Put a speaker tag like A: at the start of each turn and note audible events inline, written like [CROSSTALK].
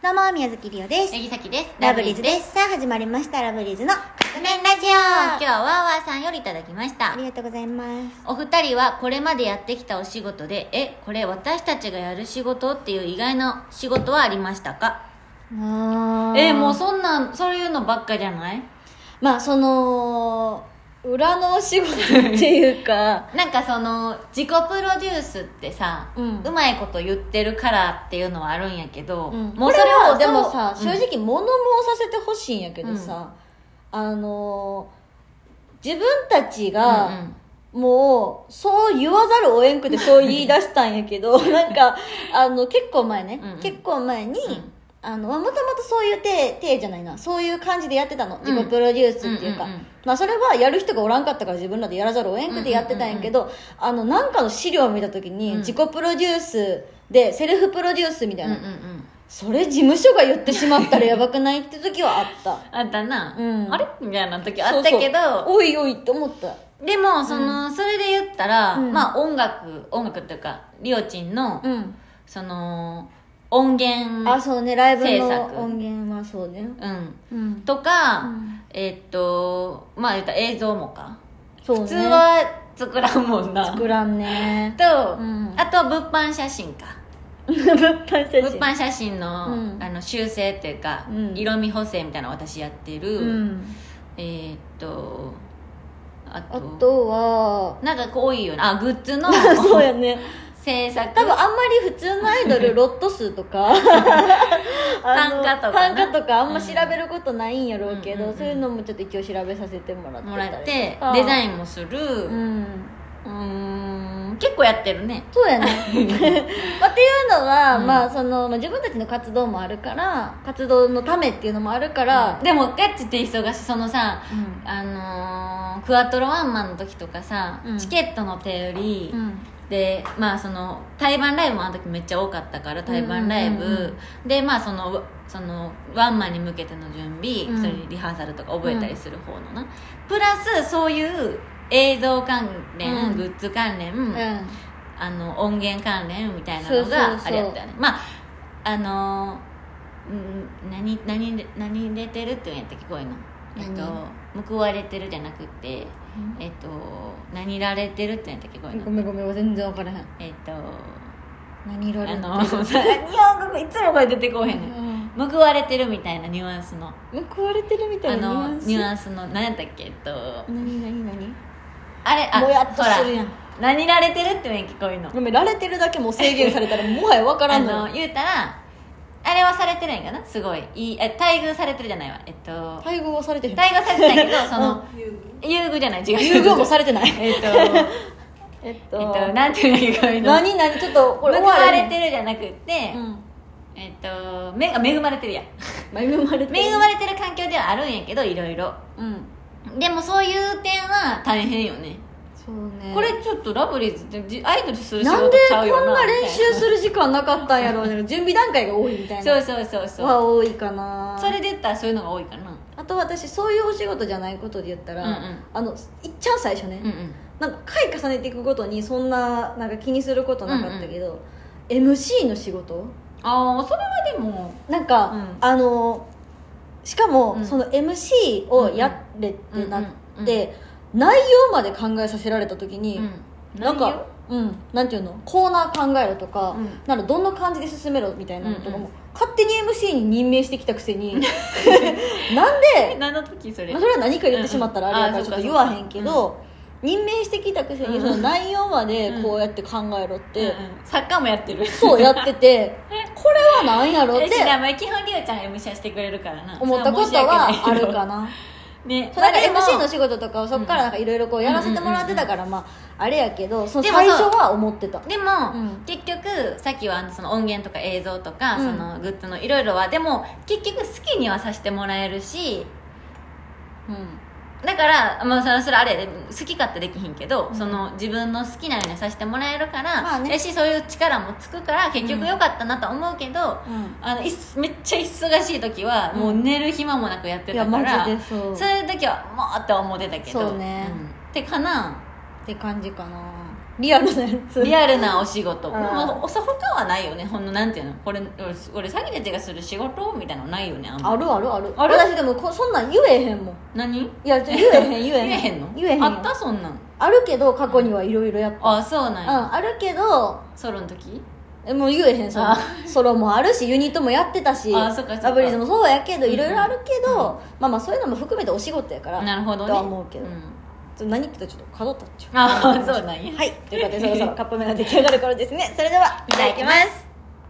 A: どうも宮崎りおです
B: 八木崎です
A: ラブリーズですさあ始まりましたラブリーズの
B: 革命ラジオ今日はワーワーさんよりいただきまし
A: あ
B: た
A: りがとうございます
B: お二人はこれまでやってきたお仕事でえこれ私たちがやる仕事っていう意外な仕事はありましたか
A: あ
B: えもうそんなんそういうのばっかじゃない
A: まあその裏のお仕事っていうか
B: なんかその自己プロデュースってさ、
A: う
B: うんまいこと言ってるからっていうのはあるんやけ
A: [LAUGHS]
B: ど、
A: もうそれはでもさ正
B: うん
A: 直物申させてほしいんやけどさ、あのー自分たちが、
B: うんうん
A: もう、そう言わざるをえんくてそう言い出したんやけど、 [LAUGHS] なんか、あの、結構前ね、
B: うんうん
A: 結構前に、
B: うん
A: あの、もともとそういう手、手じゃないな、そういう感じでやってたの。
B: ん
A: 自己プロデュースっていうか。
B: うんうんうん
A: まあ、それはやる人がおらんかったから自分らでやらざるをえんくてやってたんやけど、あの、なんかの資料を見た時に、
B: うん
A: 自己プロデュースで、セルフプロデュースみたい
B: うんう
A: な、
B: んうん
A: それ事務所が言ってしまったらやばくないって時はあった。
B: あったな、
A: うん
B: あれみたいな時あったけど
A: そうそうおいおいって思った。
B: でもその、それで言ったら、
A: うん
B: まあ音楽音楽っていうかりおちんの、
A: うん。
B: その音源
A: あそうねライブ
B: 制
A: の
B: 作
A: 音源はそうね
B: うん
A: うん
B: とか、
A: うん
B: えっとまあ言ったら映像もか、
A: そうね
B: 普通は作らんもんな
A: 作らん
B: [LAUGHS]
A: ね
B: と、
A: うん
B: あとは物販写真か
A: 物販写
B: 物販写真の,、
A: うん
B: あの修正っていうか、
A: うん
B: 色味補正みたいなの私やってる、
A: うん
B: えっとあと
A: あとは
B: なんかこう多いよねあグッズ
A: [LAUGHS]
B: の
A: そうやね
B: 制作
A: 多分あんまり普通のアイドルロット数とか [LAUGHS] あの
B: 単価とかな
A: 単価とかあんま調べることないんやろうけど、
B: うんうんうん
A: そういうのもちょっと一応調べさせてもらって
B: もら
A: た
B: っ
A: り
B: て
A: とか
B: デザインもする
A: う
B: うんーん結構やってるね
A: そう
B: [LAUGHS]
A: やね、まあ、っていうのは、
B: うん
A: まあそのまあ、自分たちの活動もあるから活動のためっていうのもあるから、
B: でもガッチって忙しいそのさ
A: うん
B: あのークワトロワンマンの時とかさ、
A: うん
B: チケットの手売り、
A: うん
B: でまあその対バンライブもあの時めっちゃ多かったから対バンライブ、
A: うんうんうん
B: でまあそのそのワンマンに向けての準備、
A: うん
B: それにリハーサルとか覚えたりする方のな、プラスそういう映像関連、
A: うん
B: グッズ関連、
A: うん
B: あの音源関連みたいなの
A: そ
B: が
A: うそうそう
B: あれやったよねまああのーうん何何で何出てるって言うんやったっけこういうのえっと報われてるじゃなくてえっと何られてるって言うんやったっけこういう
A: ご
B: の
A: めんごめん全然分からへん
B: えっと
A: 何色
B: あ
A: ある
B: の [LAUGHS] 日本語いつもこれ出てこうへんね
A: の
B: ん報われてるみたいなニュアンスの
A: 報われてるみた
B: あ
A: いな
B: のニュ
A: ン
B: アンスの何やったっけえっと
A: ス何何何
B: あれあ
A: もやっとする
B: ほら
A: やん
B: 何られてるって言うんやっけこういうの
A: ごめんられてるだけもう制限されたらもはや分から
B: あ
A: んの
B: の
A: よ
B: 言うたらあれはされてるんやんかなすごいいいえ待遇されてるじゃないわえっと待
A: 対応はされてへん
B: 遇されてな
A: [LAUGHS]
B: いけどその優遇じゃない違う
A: 優遇もされてない [LAUGHS]
B: [LAUGHS] えっとえ
A: えっ
B: っとなんていうんやっけこういうの
A: 何何ちょっとこれ
B: 報われてるじゃなくって、
A: うん
B: えっとめあ恵まれてる
A: [LAUGHS]
B: やん
A: まあ恵まれてる
B: 恵まれてる環境ではあるんやけどいろいろ
A: うん
B: でもそういう点は大変よね
A: そうね
B: これちょっとラブリーズってじアイドルする仕
A: なん
B: 事
A: で
B: ちゃうよ
A: こん
B: な
A: な練習
B: み
A: する時間なかったんやろうね準備段階が多いみたい
B: たいな
A: な
B: そうそうそうそう
A: は多いかな
B: それで言ったらそういうのが多いかな
A: あと私そういうお仕事じゃないことで言ったら、
B: うんうん
A: あのいっちゃん最初ね、
B: うんうん
A: なんか回重ねていくごとにそんななんか気にすることなかったけど、MC の仕事
B: ああそれはでも
A: なんか、
B: うん
A: あのしかも、
B: うん
A: その MC をやれってなって、
B: うんうん
A: 内容まで考えさせられた時に、なんか、うん、なんていうのコーナー考えろとか、
B: うん
A: なんかどんな感じで進めろみたいなのとかも、
B: うんうん
A: 勝手に MC に任命してきたくせ
B: [LAUGHS]
A: になんで
B: 何の時それ
A: まあ、それは何か言ってしまったらあれやから
B: うん
A: ちょっ
B: うんあ
A: と
B: ー
A: 言わへんけど、任命してきたくせに
B: うん
A: その内容まで
B: うん
A: こうやって考えろって、
B: うんうんサッカーもやってる [LAUGHS]
A: そうやっててこれは何やろっ
B: え
A: て
B: しかも基本りおちゃんが MC はしてくれるからな
A: 思ったことはある
B: ら
A: かな [LAUGHS]
B: ね
A: そうなんか
B: まあでも
A: MC の仕事とかをそっからなんかいろいろこうやらせてもらってたからまああれやけどその
B: でもそ
A: 最
B: う
A: 初は思ってた
B: でも、
A: うん
B: 結局さっきはあのその音源とか映像とか、
A: うん
B: そのグッズのいろいろはでも結局好きにはさせてもらえるし
A: うん
B: だから、まあ、それそれあれやで好き勝手できひんけど、
A: うん
B: その自分の好きなようにさせてもらえるから、
A: まあね
B: やしそういう力もつくから結局良かったなと思うけど、
A: うん
B: あのいっめっちゃ忙しい時はもう寝る暇もなくやって
A: いや
B: たか
A: マ
B: ら、
A: ジでそう
B: そういう時はもうって思ってたけど
A: そうね
B: うんってかな
A: って感じかなリアルなやつ
B: リアルなお仕事
A: ん
B: まあ、おさほかはないよねほんのなんていうのこれ俺詐欺たちがする仕事みたいなのないよねあんま
A: あるあるある
B: ある
A: 私でもこそんなん言えへんもん
B: 何
A: いやちょ言えへん言えへん
B: [LAUGHS] 言えへんの
A: 言えへんよ
B: あったそんなん
A: あるけど過去にはいろいろやっぱ
B: あそうなん
A: う
B: や、
A: んあるけど
B: ソロの時
A: えもう言えへんそんな
B: あ
A: ソロもあるしユニットもやってたし
B: あそっかそっか
A: ラブリーズもそうやけど
B: うん
A: いろいろあるけど、まあまあそういうのも含めてお仕事やから
B: なるほどね
A: とは思うけど、
B: ん
A: ちょ何言ってたらちょっと角立っちゃう
B: ああそうなんや [LAUGHS]
A: はいということでそろそろカップ麺が出来上がる頃ですねそれではいただきます